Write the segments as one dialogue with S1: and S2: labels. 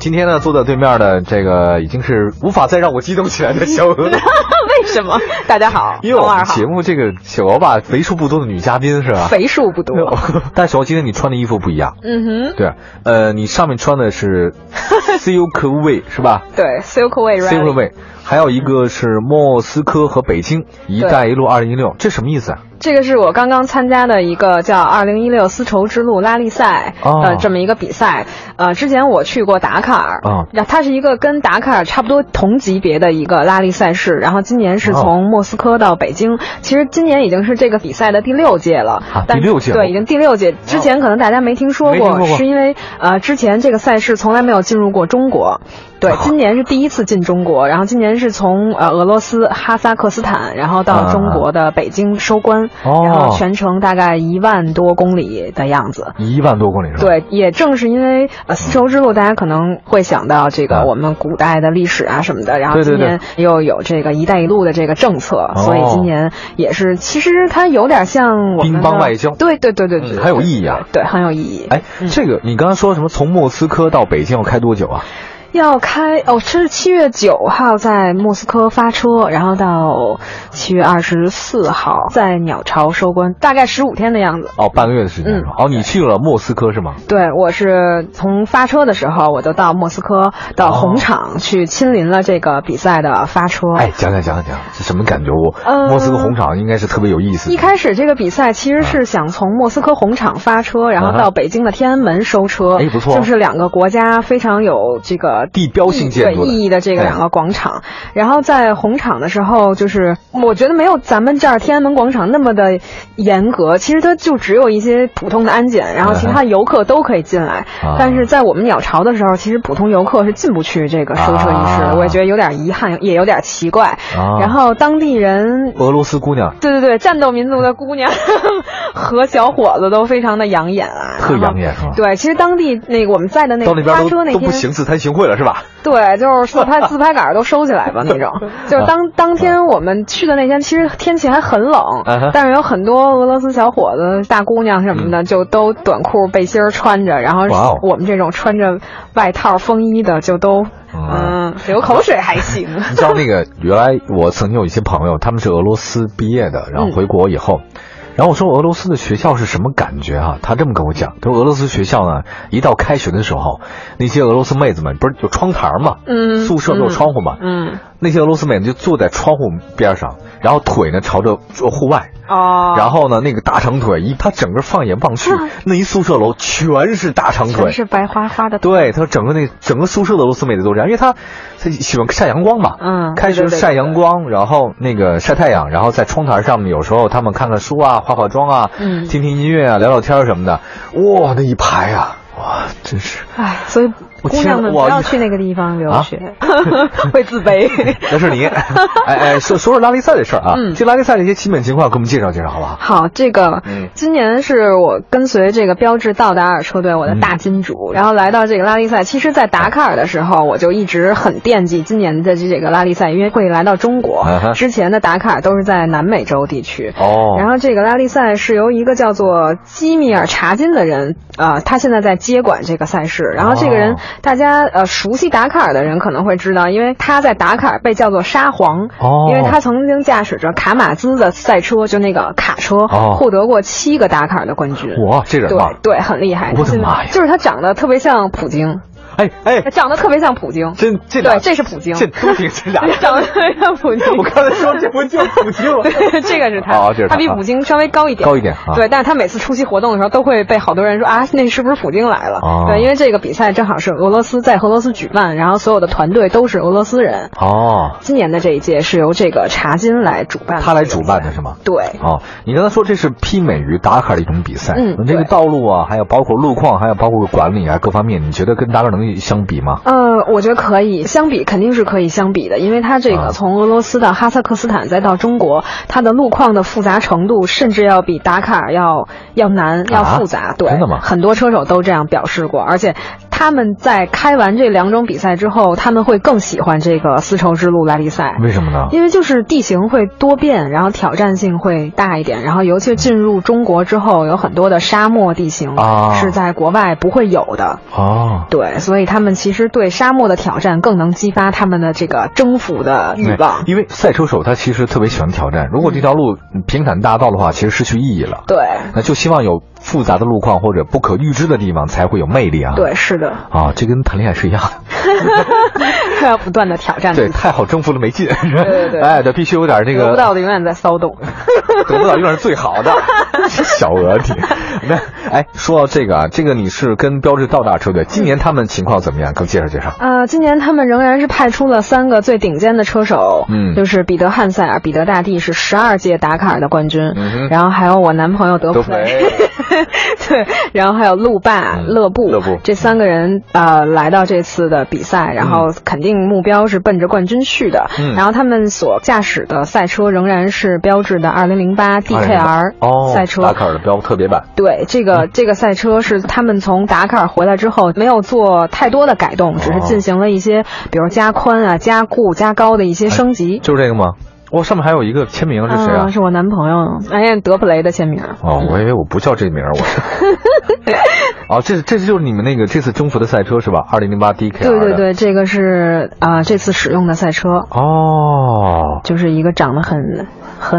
S1: 今天呢，坐在对面的这个已经是无法再让我激动起来的小鹅，
S2: 为什么？大家 好，
S1: 因为我
S2: 王
S1: 们
S2: 二好
S1: 节，目这个小鹅吧，为数不多的女嘉宾是吧？
S2: 肥数不多。
S1: 但小欧今天你穿的衣服不一样，
S2: 嗯哼，
S1: 对，呃，你上面穿的 是 Silk Way 是吧
S2: 对，Silk Way
S1: ？Silk
S2: Rally，
S1: Way，还有一个是莫斯科和北京“一带一路”二零一六，这什么意思啊？
S2: 这个是我刚刚参加的一个叫“二零一六丝绸之路拉力赛”
S1: 哦
S2: 呃这么一个比赛。呃，之前我去过达喀尔，
S1: 啊
S2: 然后它是一个跟达喀尔差不多同级别的一个拉力赛事。然后今年
S1: 哦
S2: 是从莫斯科到北京，其实今年已经是这个比赛的第六届了。
S1: 啊
S2: 但
S1: 第六届了
S2: 对，已经第六届。之前可能大家没听说
S1: 没
S2: 过，
S1: 听说过
S2: 是因为呃之前这个赛事从来没有进入过中国。对，今年是第一次进中国，然后今年是从呃俄罗斯哈萨克斯坦，然后到中国的北京收官，
S1: 啊哦
S2: 然后全程大概一万多公里的样子。
S1: 一万多公里是吧？，
S2: 对，也正是因为呃丝绸之路，大家可能会想到这
S1: 啊
S2: 个我们古代的历史啊什么的，然
S1: 对
S2: 后
S1: 对
S2: 今年又有这个“一带一路”的这个政策，
S1: 哦
S2: 所以今年也是，其实它有点像我们的
S1: 乒乓外交
S2: 对对对对对，
S1: 嗯
S2: 对
S1: 很有意义啊，
S2: 对，很有意义。
S1: 哎，这个你刚刚说什么？从莫斯科到北京要开多久啊？
S2: 要开哦，是七月九号在莫斯科发车，然后到七月二十四号在鸟巢收官，大概十五天的样子。
S1: 哦，半个月的时间是吧？
S2: 嗯
S1: 哦，你去了莫斯科是吗？
S2: 对，我是从发车的时候，我就到莫斯科到红场去亲临了这个比赛的发车。
S1: 哎，讲讲讲讲讲，是什么感觉？我、
S2: 哦呃
S1: 莫斯科红场应该是特别有意思的。
S2: 一开始这个比赛其实是想从莫斯科红场发车，然后
S1: 啊哈
S2: 到北京的天安门收车。
S1: 哎不错
S2: 就是两个国家非常有这个
S1: 地标性建筑
S2: 对
S1: 的
S2: 意义的这个
S1: 对
S2: 两个广场。然后在红场的时候，就是我觉得没有咱们这儿天安门广场那么的严格，其实它就只有一些普通的安检，然后其
S1: 啊
S2: 他游客都可以进来。
S1: 啊
S2: 但是在我们鸟巢的时候，其实普通游客是进不去这个收车仪式的，
S1: 啊
S2: 我也觉得有点遗憾，也有点奇怪。
S1: 啊
S2: 然后当地人
S1: 俄罗斯姑娘
S2: 对对对，战斗民族的姑娘 和小伙子都非常的养眼啊，
S1: 特
S2: 然后
S1: 养。眼是吧？
S2: 对，其实当地那个我们在的那
S1: 到
S2: 个
S1: 那边
S2: 发
S1: 都
S2: 车那
S1: 都
S2: 天，
S1: 不行，自惭形秽了是 吧？
S2: 对，就是自拍自拍杆儿都收起来 吧那
S1: 啊
S2: 种。就是当当天我们去的那天，其实天气还很冷
S1: 啊哈，嗯
S2: 但是有很多俄罗斯小伙子、大姑娘什么的，就都短裤、背心儿穿着，然后
S1: 哇哦
S2: 我们这种穿着外套、风衣的就都
S1: 嗯
S2: 嗯流口水还 行。
S1: 你知道那个原来我曾经有一些朋友，他们是俄罗斯毕业的，
S2: 嗯
S1: 然后回国以后，然后我说俄罗斯的学校是什么感觉啊？他这么跟我讲，他说俄罗斯学校呢，一到开学的时候，那些俄罗斯妹子们不是有窗台嘛，
S2: 嗯
S1: 宿舍都有
S2: 嗯
S1: 窗户嘛，
S2: 嗯
S1: 那些俄罗斯妹子就坐在窗户边上，然后腿呢朝着户外，
S2: 哦，
S1: 然后呢那个大长腿一，他整个放眼望去，那一宿舍楼全是大长
S2: 啊全
S1: 腿。
S2: 是白花花的
S1: 对，他说整个那整个宿舍的俄罗斯妹子都这样，因为她她喜欢晒阳光嘛，
S2: 嗯
S1: 开学
S2: 对对对
S1: 晒阳光，然后那个晒太阳，然后在窗台上面，有时候他们看看书啊，化化妆啊，
S2: 嗯
S1: 听听音乐啊，聊聊天儿什么的，哇，那一排啊，哇，真 是，
S2: 唉，所以
S1: 我
S2: 姑
S1: 天
S2: 娘们
S1: 我
S2: 不要去那个地方留
S1: 啊
S2: 学， 会自卑。
S1: 那是你，哎哎，说说说拉力赛的事儿啊，
S2: 嗯
S1: 这拉力赛的一些基本情况给我们介绍介绍好不好？
S2: 好，这个
S1: 嗯
S2: 今年是我跟随这个标志到达尔车队，我的
S1: 嗯
S2: 大金主，然后来到这个拉力赛。其实，在达喀尔的时候，我就一直很惦记今年的这个拉力赛，因为会来到中国
S1: 啊哈。
S2: 之前的达喀尔都是在南美洲地区。
S1: 哦，
S2: 然后这个拉力赛是由一个叫做基米尔查金的人，呃，他现在在接管这个赛事。然后这个人，
S1: 哦
S2: 大家呃熟悉达喀尔的人可能会知道，因为他在达喀尔被叫做沙皇，
S1: 哦
S2: 因为他曾经驾驶着卡马兹的赛车，就那个卡车，
S1: 哦
S2: 获得过七个达喀尔的冠军。
S1: 哇，哦这人
S2: 对
S1: 吧，
S2: 对，很厉害。
S1: 我的妈呀
S2: 就是他长得特别像普京，
S1: 哎哎
S2: 他，长得特别像普京。
S1: 真这俩
S2: 对，这是普京。
S1: 这都挺这俩，
S2: 长得特别像普京。
S1: 我刚才说这不就普京吗？
S2: 对， 这个是他，
S1: 哦这是他
S2: 他比普京稍微高一点，
S1: 高一点啊
S2: 对，但是他每次出席活动的时候，都会被好多人说啊，那是不是普京来了？
S1: 哦
S2: 对，因为这个比赛正好是俄罗斯在俄罗斯举办，然后所有的团队都是俄罗斯人。
S1: 哦，
S2: 今年的这一届是由这个查金来主办的，
S1: 他来主办的是吗？
S2: 对，
S1: 哦，你刚才说这是媲美于达喀尔的一种比赛，
S2: 嗯
S1: 那这个
S2: 对
S1: 道路啊，还有包括路况，还有包括管理啊各方面，你觉得跟达喀尔能相比吗？
S2: 呃，我觉得可以，相比肯定是可以相比的，因为它这
S1: 啊
S2: 个从俄罗斯到哈萨克斯坦再到中国，它的路况的复杂程度甚至要比达喀尔要要难、要复杂。对，
S1: 啊真的吗
S2: 很多车手都这样表示过，而且他们在开完这两种比赛之后，他们会更喜欢这个丝绸之路拉力赛。
S1: 为什么呢？
S2: 因为就是地形会多变，然后挑战性会大一点，然后尤其进入中国之后，有很多的沙漠地形
S1: 啊
S2: 是在国外不会有的。
S1: 哦，
S2: 对，所以他们其实对沙漠的挑战更能激发他们的这个征服的
S1: 嗯
S2: 欲望。
S1: 因为赛车手他其实特别喜欢挑战，如果这条路平坦大道的话，其实失去意义了。
S2: 对，
S1: 那就希望有复杂的路况或者不可预知的地方才会有魅力啊。
S2: 对，是的。
S1: 啊，这跟谈恋爱是一样的，
S2: 他要不断的挑战。
S1: 对，太好征服了没劲。
S2: 对对对。
S1: 哎，对，必须有点这个。嗯
S2: 得不到的永远在骚动。
S1: 得不到永远是最好 的。小鹅你，那哎，说到这个啊，这个你是跟标致到达车
S2: 嗯
S1: 队，今年他们情况怎么样？给我介绍介绍。
S2: 呃，今年他们仍然是派出了三个最顶尖的车手，
S1: 嗯，
S2: 就是彼得汉塞尔，彼得大帝是十二届达喀尔的冠军，
S1: 嗯、
S2: 然后还有我男朋友德
S1: 德培，
S2: 对，然后还有啊路霸、
S1: 嗯
S2: 勒布，
S1: 勒布
S2: 这三个人呃来到这次的比赛，然后肯定目标是奔着冠军去的，
S1: 嗯
S2: 然后他们所驾驶的赛车仍然是标致的二零零八 DKR
S1: 哦，
S2: 赛车，
S1: 达嗯喀尔的标特别版。
S2: 对，这个这个赛车是他们从达喀尔回来之后没有做太多的改动，
S1: 哦
S2: 只是进行了一些，比如加宽啊、加固、加高的一些升级。嗯
S1: 就是这个吗？哇，上面还有一个签名哎是谁啊？
S2: 是我男朋友，哎呀，德普雷的签名。
S1: 哦，我以为我不叫这名儿，我是。 哦，这这就是你们那个这次征服的赛车是吧？二零零八 DKR
S2: 对对
S1: 的。
S2: 对，这个是啊、这次使用的赛车，
S1: 哦，
S2: 就是一个长得很很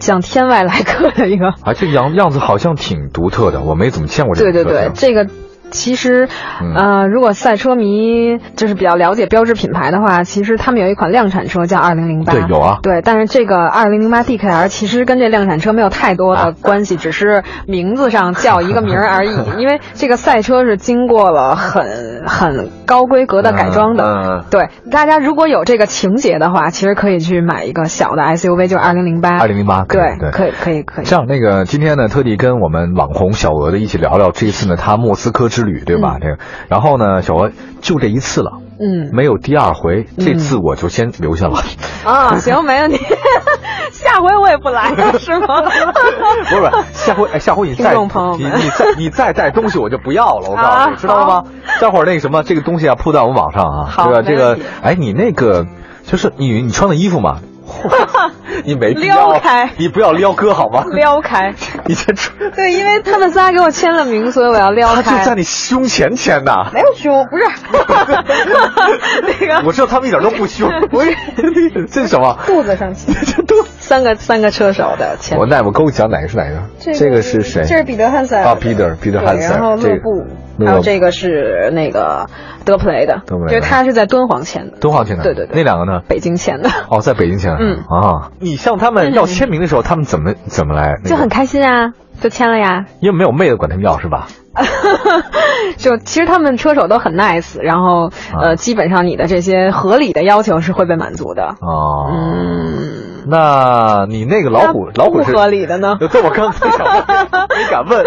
S2: 像天外来客的一个。
S1: 啊，这样样子好像挺独特的，我没怎么见过这个
S2: 对对
S1: 车型。
S2: 对，这个。其实，
S1: 嗯
S2: 呃，如果赛车迷就是比较了解标志品牌的话，其实他们有一款量产车叫二零零八，
S1: 对有啊。
S2: 对，但是这个二零零八 DKR 其实跟这辆产车没有太多
S1: 啊
S2: 的关系，只是名字上叫一个名儿 而已。因为这个赛车是经过了很很高规格的改装的。
S1: 嗯嗯
S2: 对，大家如果有这个情节的话，其实可以去买一个小的 SUV，就二零零八。
S1: 二零零八，可以
S2: 啊
S1: 对。
S2: 对，可以，可以，可以。
S1: 这样，那个今天呢，特地跟我们网红小鹅的一起聊聊这一次呢，他莫斯科之旅，对吧？这个，然后呢，小鹅就这一次了，
S2: 嗯
S1: 没有第二回，这次我就先留下了。
S2: 啊，行，没问题。 下回我也不来 了，是吗？
S1: 不是不是，下回哎，下回你再
S2: 听众朋友
S1: 你
S2: 们
S1: 你再你再带东西我就不要了，我告诉
S2: 啊
S1: 你，知道了吗？待会儿那个什么，这个东西啊铺在我们网上啊，
S2: 好
S1: 对吧？
S2: 没
S1: 这
S2: 问
S1: 个
S2: 题
S1: 哎，你那个就是你你穿的衣服嘛，嚯你没必要
S2: 撩开
S1: 你不要撩哥好吗？
S2: 撩开。
S1: 你这穿，
S2: 对，因为他们仨给我签了名，所以我要撩
S1: 他
S2: 开。
S1: 就在你胸前签的。
S2: 没有胸， 不是，那个
S1: 我知道他们一点都不 凶，不是 这是什么？
S2: 肚子上去，
S1: 这肚子。
S2: 三个三个车手的前
S1: 我，那我跟我讲哪个是哪个？是谁？
S2: 这是彼得汉塞尔
S1: 啊，Peter Peter 汉塞尔
S2: 对然后
S1: 这
S2: 勒
S1: 个
S2: 布，
S1: 勒
S2: 还有
S1: 布
S2: 这个是那个德普雷的，
S1: 德普雷的
S2: 就是他是在敦煌签的，
S1: 敦煌签的。
S2: 对对对
S1: 那两个呢？
S2: 北京签的，
S1: 哦，在北京签的。
S2: 嗯
S1: 啊，嗯你向他们要签名的时候，他们怎么怎么来？那个
S2: 就很，开心啊，就签了呀。
S1: 因为没有妹子管他们要是吧？
S2: 就其实他们车手都很 nice，然后
S1: 啊
S2: 呃，基本上你的这些合理的要求是会被满足的。
S1: 哦，
S2: 嗯，
S1: 那你那个老虎
S2: 那
S1: 老虎
S2: 不
S1: 是
S2: 合 理的呢
S1: 这我刚才想问，没敢 问。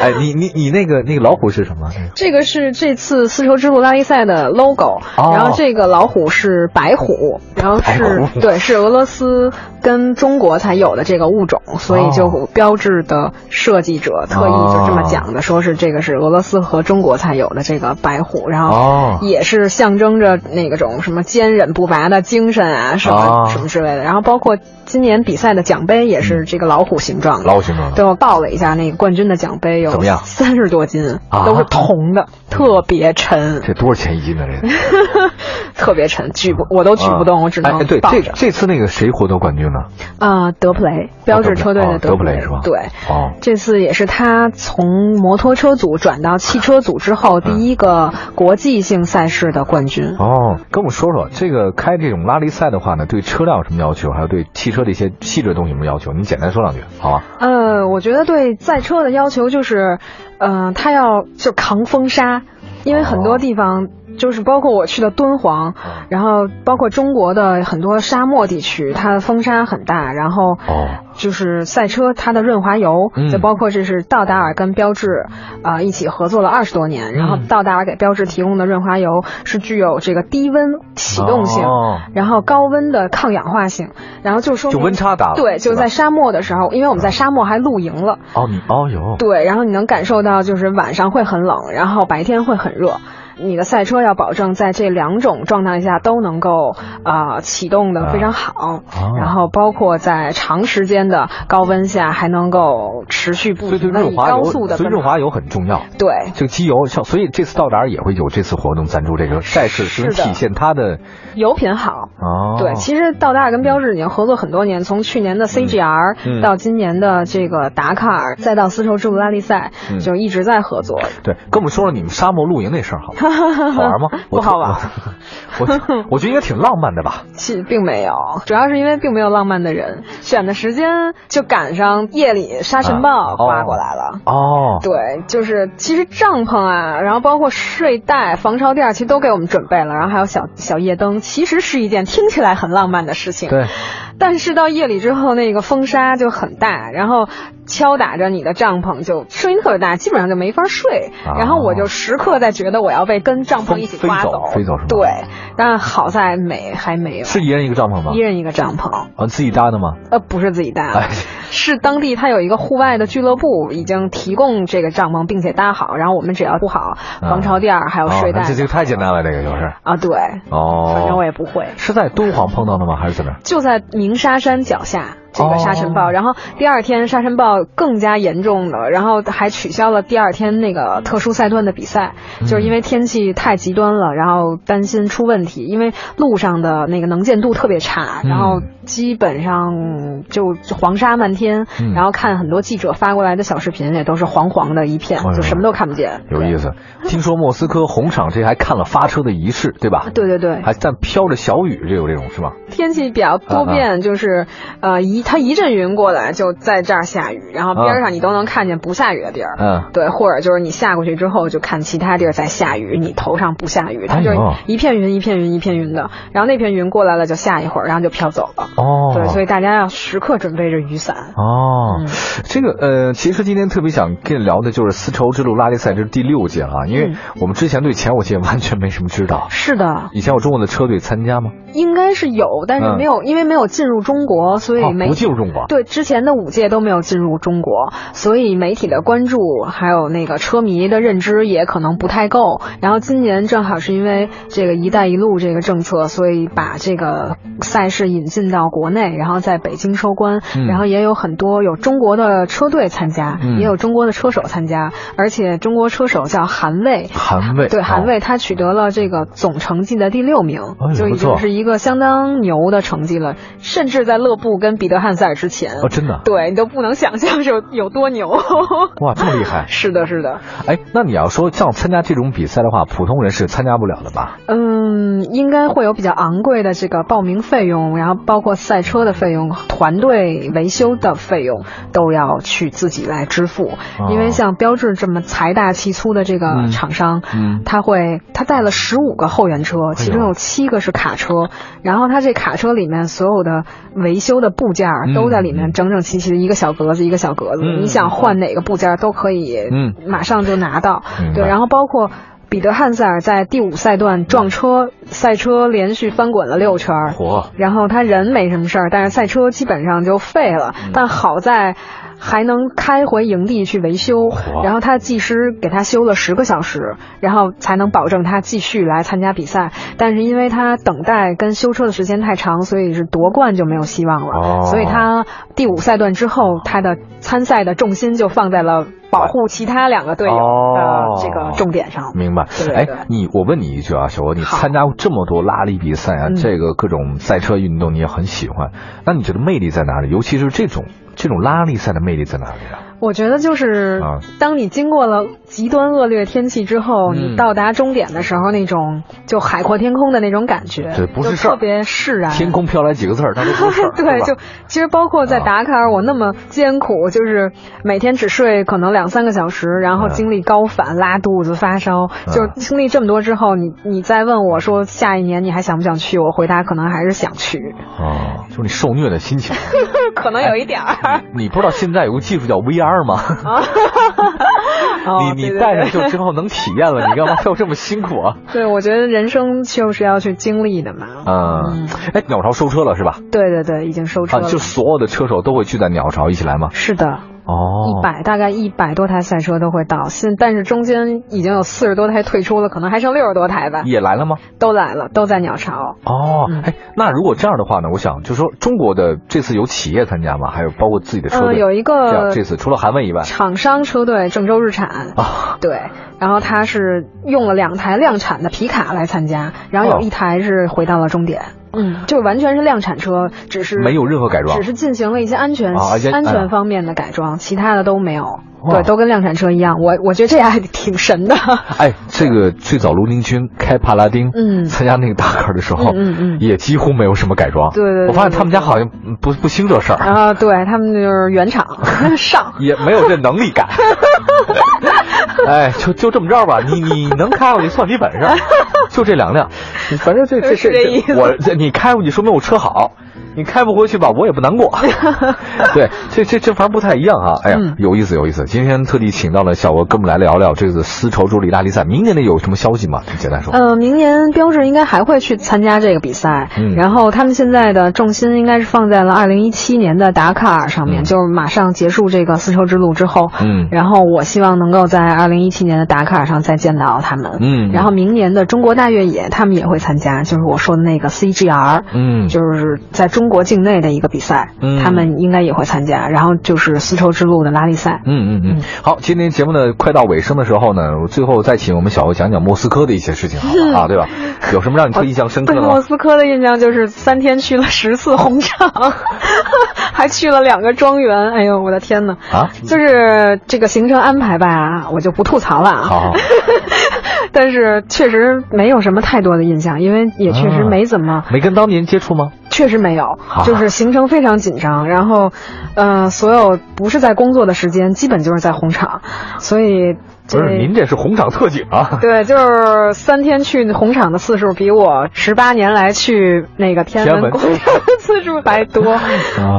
S1: 哎，你你你那个那个老虎是什么？那个
S2: 这个是这次丝绸之路拉力赛的 logo，、
S1: 哦
S2: 然后这个老虎是白虎，然后
S1: 白
S2: 是
S1: 虎
S2: 对，是俄罗斯跟中国才有的这个物种，所以就
S1: 哦
S2: 标志的设计者特意就这么讲的，说是这个是俄罗斯和中国才有的这个白虎，然
S1: 哦
S2: 后也是象征着那个种什么坚韧不拔的精神啊，什么、
S1: 哦
S2: 什么之类的，然后包括今年比赛的奖杯也是这个老虎形状的，
S1: 老虎形状的。
S2: 对，我报了一下那个冠军的奖杯
S1: 怎
S2: 有
S1: 么样
S2: 三十多斤，
S1: 啊
S2: 都是铜的，特别沉，
S1: 这多少钱一斤呢？这个。
S2: 特别沉，举不我都举不动，我只能
S1: 啊哎哎对，
S2: 抱
S1: 这
S2: 着。
S1: 这次那个谁获得冠军了？
S2: 啊、德普雷，标志车队的
S1: 德普
S2: 普
S1: 雷
S2: 雷,、
S1: 哦德普雷是吧
S2: 对。
S1: 哦，
S2: 这次也是他从摩托车组转到汽车组之
S1: 嗯
S2: 后第一个国际性赛事的冠军。
S1: 哦，跟我们说说这个开这种拉力赛的话呢，对车辆有什么要求，还有对汽车的一些细致的东西有什么要求？你简单说两句，好吧？
S2: 呃，我觉得对赛车的要求就是，呃，它要就扛风沙，因为很
S1: 哦
S2: 多地方就是包括我去的敦煌，然后包括中国的很多沙漠地区，它的风沙很大，然后
S1: 哦
S2: 就是赛车它的润滑油，
S1: 嗯
S2: 就包括这是道达尔跟标致啊、呃一起合作了二十多年，然后
S1: 嗯
S2: 道达尔给标致提供的润滑油是具有这个低温启动性。
S1: 哦
S2: 然后高温的抗氧化性，然后就说
S1: 就
S2: 明
S1: 温差大了
S2: 对，
S1: 是
S2: 就
S1: 吧
S2: 在沙漠的时候，因为我们在沙漠还露营了，
S1: 哦，你哦哟，
S2: 对，然后你能感受到就是晚上会很冷，然后白天会很热，你的赛车要保证在这两种状态下都能够啊、启动的非常好，
S1: 啊
S2: 然后包括在长时间的高温下还能够持续不
S1: 所以对
S2: 停的
S1: 润
S2: 以
S1: 滑
S2: 高速
S1: 油，
S2: 的
S1: 所以润滑油很重要。
S2: 对
S1: 这个机油像，所以这次到达尔也会有这次活动赞助这个赛事，
S2: 是
S1: 是
S2: 的
S1: 体现它的
S2: 油品好。
S1: 哦，
S2: 对，其实道达尔跟标志已经合作很多年，从去年的 CGR、
S1: 嗯
S2: 到今年的这个达喀尔，再到丝绸之路拉力赛，
S1: 嗯
S2: 就一直在合作。
S1: 对，跟我们说说你们沙漠露营那事儿好 吗好玩吗？我
S2: 不好玩。
S1: 我我我觉得应该挺浪漫的吧。
S2: 其实并没有，主要是因为并没有浪漫的人，选的时间就赶上夜里沙尘暴
S1: 啊哦
S2: 刮过来了。
S1: 哦，
S2: 对，就是其实帐篷啊，然后包括睡袋、防潮垫儿，其实都给我们准备了，然后还有小小夜灯，其实是一件听起来很浪漫的事情。
S1: 对，
S2: 但是到夜里之后，那个风沙就很大，然后敲打着你的帐篷，就声音特别大，基本上就没法睡。
S1: 啊
S2: 然后我就时刻在觉得我要被跟帐篷一起
S1: 风
S2: 刮
S1: 飞走飞走是吗
S2: 对，但好在没还没有，
S1: 是一人一个帐篷吗
S2: 一？人一个帐篷，
S1: 啊，自己搭的 吗？
S2: 呃，不是自己搭的。
S1: 哎，
S2: 是当地它有一个户外的俱乐部，已经提供这个帐篷，并且搭好，然后我们只要铺好防潮垫儿，还有
S1: 哦
S2: 睡袋
S1: 那这这个太简单了，这个就是。
S2: 啊。对，
S1: 哦，
S2: 反正我也不会。
S1: 是在敦煌碰到的吗？还是怎么样？
S2: 就在鸣沙山脚下这个沙尘暴，
S1: 哦
S2: 然后第二天沙尘暴更加严重了，然后还取消了第二天那个特殊赛段的比赛，
S1: 嗯
S2: 就是因为天气太极端了，然后担心出问题，因为路上的那个能见度特别差，
S1: 嗯
S2: 然后基本上就黄沙漫天，
S1: 嗯
S2: 然后看很多记者发过来的小视频也都是黄黄的一片
S1: 哎，呦
S2: 就什么都看不见，
S1: 有意思。听说莫斯科红场这还看了发车的仪式，对吧？
S2: 对对对，
S1: 还但飘着小雨，这有这种是吧？
S2: 天气比较
S1: 啊
S2: 多变，就是呃一它一阵云过来就在这儿下雨，然后
S1: 啊
S2: 边上你都能看见不下雨的地儿。
S1: 嗯，
S2: 对，或者就是你下过去之后，就看其他地儿在下雨，你头上不下雨，它就是
S1: 哎呦
S2: 一片云一片云一片云的，然后那片云过来了就下一会儿，然后就飘走了。
S1: 哦，
S2: 对，所以大家要时刻准备着雨伞。
S1: 哦，
S2: 嗯
S1: 这个呃，其实今天特别想跟你聊的就是丝绸之路拉力赛，这是第六届啊，因为
S2: 嗯
S1: 我们之前对前五届完全没什么知道。
S2: 是的，
S1: 以前有中国的车队参加吗？
S2: 应该是有，但是
S1: 嗯
S2: 没有，因为没有进入中国，所以
S1: 哦
S2: 没
S1: 不进入中国。
S2: 对，之前的五届都没有进入中国，所以媒体的关注还有那个车迷的认知也可能不太够。然后今年正好是因为这个“一带一路”这个政策，所以把这个赛事引进到国内，然后在北京收官，
S1: 嗯
S2: 然后也有很多有中国的车队参加，
S1: 嗯
S2: 也有中国的车手参加，而且中国车手叫韩卫。
S1: 韩卫
S2: 对，韩
S1: 哦
S2: 卫他取得了这个总成绩的第六名
S1: 哎，呦
S2: 就已
S1: 不错
S2: 经是一个相当牛的成绩了，甚至在勒布跟彼得汉塞尔之前
S1: 哦，，真的啊
S2: 对你都不能想象是有有多牛。
S1: 哇，这么厉害！
S2: 是的，是的，
S1: 哎，那你要说像参加这种比赛的话，普通人是参加不了的吧？
S2: 嗯，应该会有比较昂贵的这个报名费用，然后包括赛车的费用、团队维修的费用都要去自己来支付，因为像标致这么财大气粗的这个
S1: 哦嗯
S2: 厂商，
S1: 嗯，
S2: 他会他带了十五个后援
S1: 哎
S2: 车，其中有七个是卡车，然后他这卡车里面所有的维修的部件儿
S1: 嗯
S2: 都在里面整整齐齐的一个小格子一个小格子，
S1: 嗯
S2: 你想换哪个部件儿都可以
S1: 嗯，
S2: 马上就拿到。
S1: 明白
S2: 对，然后包括。彼得汉塞尔在第五赛段撞车，赛车连续翻滚了六圈儿，
S1: 火
S2: 然后他人没什么事儿，但是赛车基本上就废了。
S1: 嗯
S2: 但好在还能开回营地去维修，
S1: 嚯
S2: 然后他技师给他修了十个小时，然后才能保证他继续来参加比赛。但是因为他等待跟修车的时间太长，所以是夺冠就没有希望了。
S1: 哦
S2: 所以他第五赛段之后，他的参赛的重心就放在了保护其他两个队友
S1: 哦
S2: 的这个重点上。
S1: 明白
S2: 对，对对
S1: 哎，你我问你一句啊，小欧，你
S2: 好
S1: 参加过这么多拉力比赛啊，
S2: 嗯
S1: 这个各种赛车运动你也很喜欢，那你觉得魅力在哪里？尤其是这种这种拉力赛的魅力在哪里啊？
S2: 我觉得就是
S1: 啊，
S2: 当你经过了极端恶劣天气之后，
S1: 嗯
S2: 你到达终点的时候，那种就海阔天空的那种感觉，
S1: 对不是
S2: 就
S1: 事儿
S2: 特别释然。
S1: 天空飘来几个字儿，那都不是 事儿，
S2: 对，
S1: 吧
S2: 就其实包括在
S1: 啊
S2: 达喀尔，我那么艰苦，就是每天只睡可能两三个小时，然后
S1: 嗯
S2: 经历高反、拉肚子、发
S1: 啊
S2: 烧，就是经历这么多之后，你你再问我说下一年你还想不想去，我回答可能还是想去，
S1: 哦，就是你受虐的心情。
S2: 可能有一点儿。
S1: 你不知道现在有个技术叫 VR 吗？
S2: 哦
S1: 你你
S2: 对对
S1: 戴
S2: 对
S1: 上就之后能体验了，你干嘛要这么辛苦 啊？
S2: 对，我觉得人生就是要去经历的嘛。
S1: 嗯，哎，鸟巢收车了是吧？
S2: 对对对，已经收车
S1: 啊，
S2: 了。
S1: 就所有的车手都会聚在鸟巢一起来吗？
S2: 是的，
S1: 哦，
S2: 一百大概一百多台赛车都会到，现但是中间已经有四十多台退出了，可能还剩六十多台吧，
S1: 也来了吗？
S2: 都来了，都在鸟巢。
S1: 哦
S2: 嗯，
S1: 哎，那如果这样的话呢，我想就说中国的这次有企业参加吗？还有包括自己的车
S2: 呃，
S1: 队？
S2: 有一
S1: 这样
S2: 个
S1: 这次除了韩卫以外
S2: 厂商车队郑州日产，
S1: 啊，
S2: 对，然后他是用了两台量产的皮卡来参加，然后
S1: 哦
S2: 有一台是回到了终点，嗯，就完全是量产车，只是
S1: 没有任何改装
S2: 只是进行了一些安全、
S1: 啊安全
S2: 安全方面的改装，其他的都没有。
S1: 哇
S2: 对，都跟量产车一样，我我觉得这还挺神 的。
S1: 哎，这个最早卢宁军开帕拉丁，
S2: 嗯
S1: 参加那个达喀尔的时候，
S2: 嗯嗯嗯
S1: 也几乎没有什么改装。
S2: 对对对
S1: 我发现他们家好像嗯不不兴这事儿，
S2: 啊，对他们就是原 厂上，
S1: 也没有这能力 改。哎，就就这么着吧，你你能开过去算你本事，就这两辆， 反正这这
S2: 是这意
S1: 这
S2: 思
S1: 我 这你开过去说明我车好，你开不回去吧我也不难 过。对，这这这反正不太一样啊。哎呀，
S2: 嗯
S1: 有意思有意思，今天特地请到了小鹅跟我们来聊聊这次丝绸之路意大利赛，明年的有什么消息吗？简单说。
S2: 呃，明年标志应该还会去参加这个比赛，
S1: 嗯
S2: 然后他们现在的重心应该是放在了2017年的达喀尔上面，
S1: 嗯
S2: 就是马上结束这个丝绸之路之后，
S1: 嗯
S2: 然后我希望能够在2017年的达喀尔上再见到他们，
S1: 嗯
S2: 然后明年的中国大越野他们也会参加，就是我说的那个 CGR，
S1: 嗯，
S2: 就是在中国境内的一个比赛，
S1: 嗯
S2: 他们应该也会参加，然后就是丝绸之路的拉力赛，
S1: 嗯嗯嗯
S2: 嗯，
S1: 好，今天节目呢快到尾声的时候呢，我最后再请我们小欧讲讲莫斯科的一些事情，好吧？啊，对吧？有什么让你特印象深刻
S2: 对
S1: 的
S2: 莫
S1: 吗？
S2: 斯科的印象就是三天去了十次红场， 还去了两个庄园。哎呦，我的天呐！
S1: 啊，
S2: 就是这个行程安排吧，我就不吐槽了啊。
S1: 好好
S2: 但是确实没有什么太多的印象，因为也确实没怎么，
S1: 没跟当地人接触吗？
S2: 确实没有
S1: 嗯好，
S2: 就是行程非常紧张，然后，呃，所有不是在工作的时间，基本就是在红场，所以
S1: 不
S2: 这
S1: 是，您这是红场特警 啊！
S2: 对，就是三天去红场的次数比我十八年来去那个天安
S1: 天
S2: 门广
S1: 安门
S2: 场的次数还 多。
S1: 啊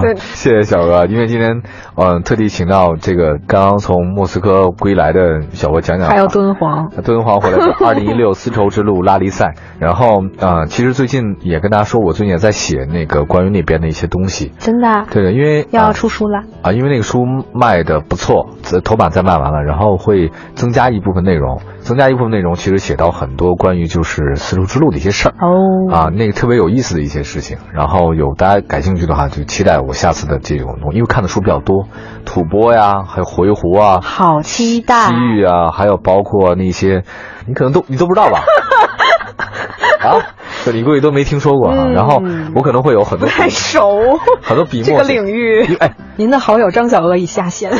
S2: 对，
S1: 谢谢小哥，因为今天，嗯、特地请到这个刚刚从莫斯科归来的小哥讲讲，
S2: 还有敦煌，
S1: 敦煌回来 的二零一六丝绸之路拉力赛，然后啊、呃其实最近也跟大家说，我最近也在写那个关于那边的一些东西，
S2: 真的啊
S1: 对，因为啊
S2: 要出书了。
S1: 啊，因为那个书卖的不错，这头版再卖完了，然后会增加一部分内容，增加一部分内容，其实写到很多关于就是丝绸之路的一些事儿。
S2: 哦，
S1: 啊，那个特别有意思的一些事情，然后有大家感兴趣的话，就期待我下次的这种东西，因为看的书比较多，吐蕃呀，还有回鹘啊，
S2: 好期待
S1: 西！域啊，还有包括那些，你可能都你都不知 道吧？啊，对，你估计都没听说过啊。然后
S2: 嗯
S1: 我可能会有很
S2: 不
S1: 多
S2: 太 熟
S1: 很多笔墨
S2: 这个领域。
S1: 哎，
S2: 您的好友张小娥已下线。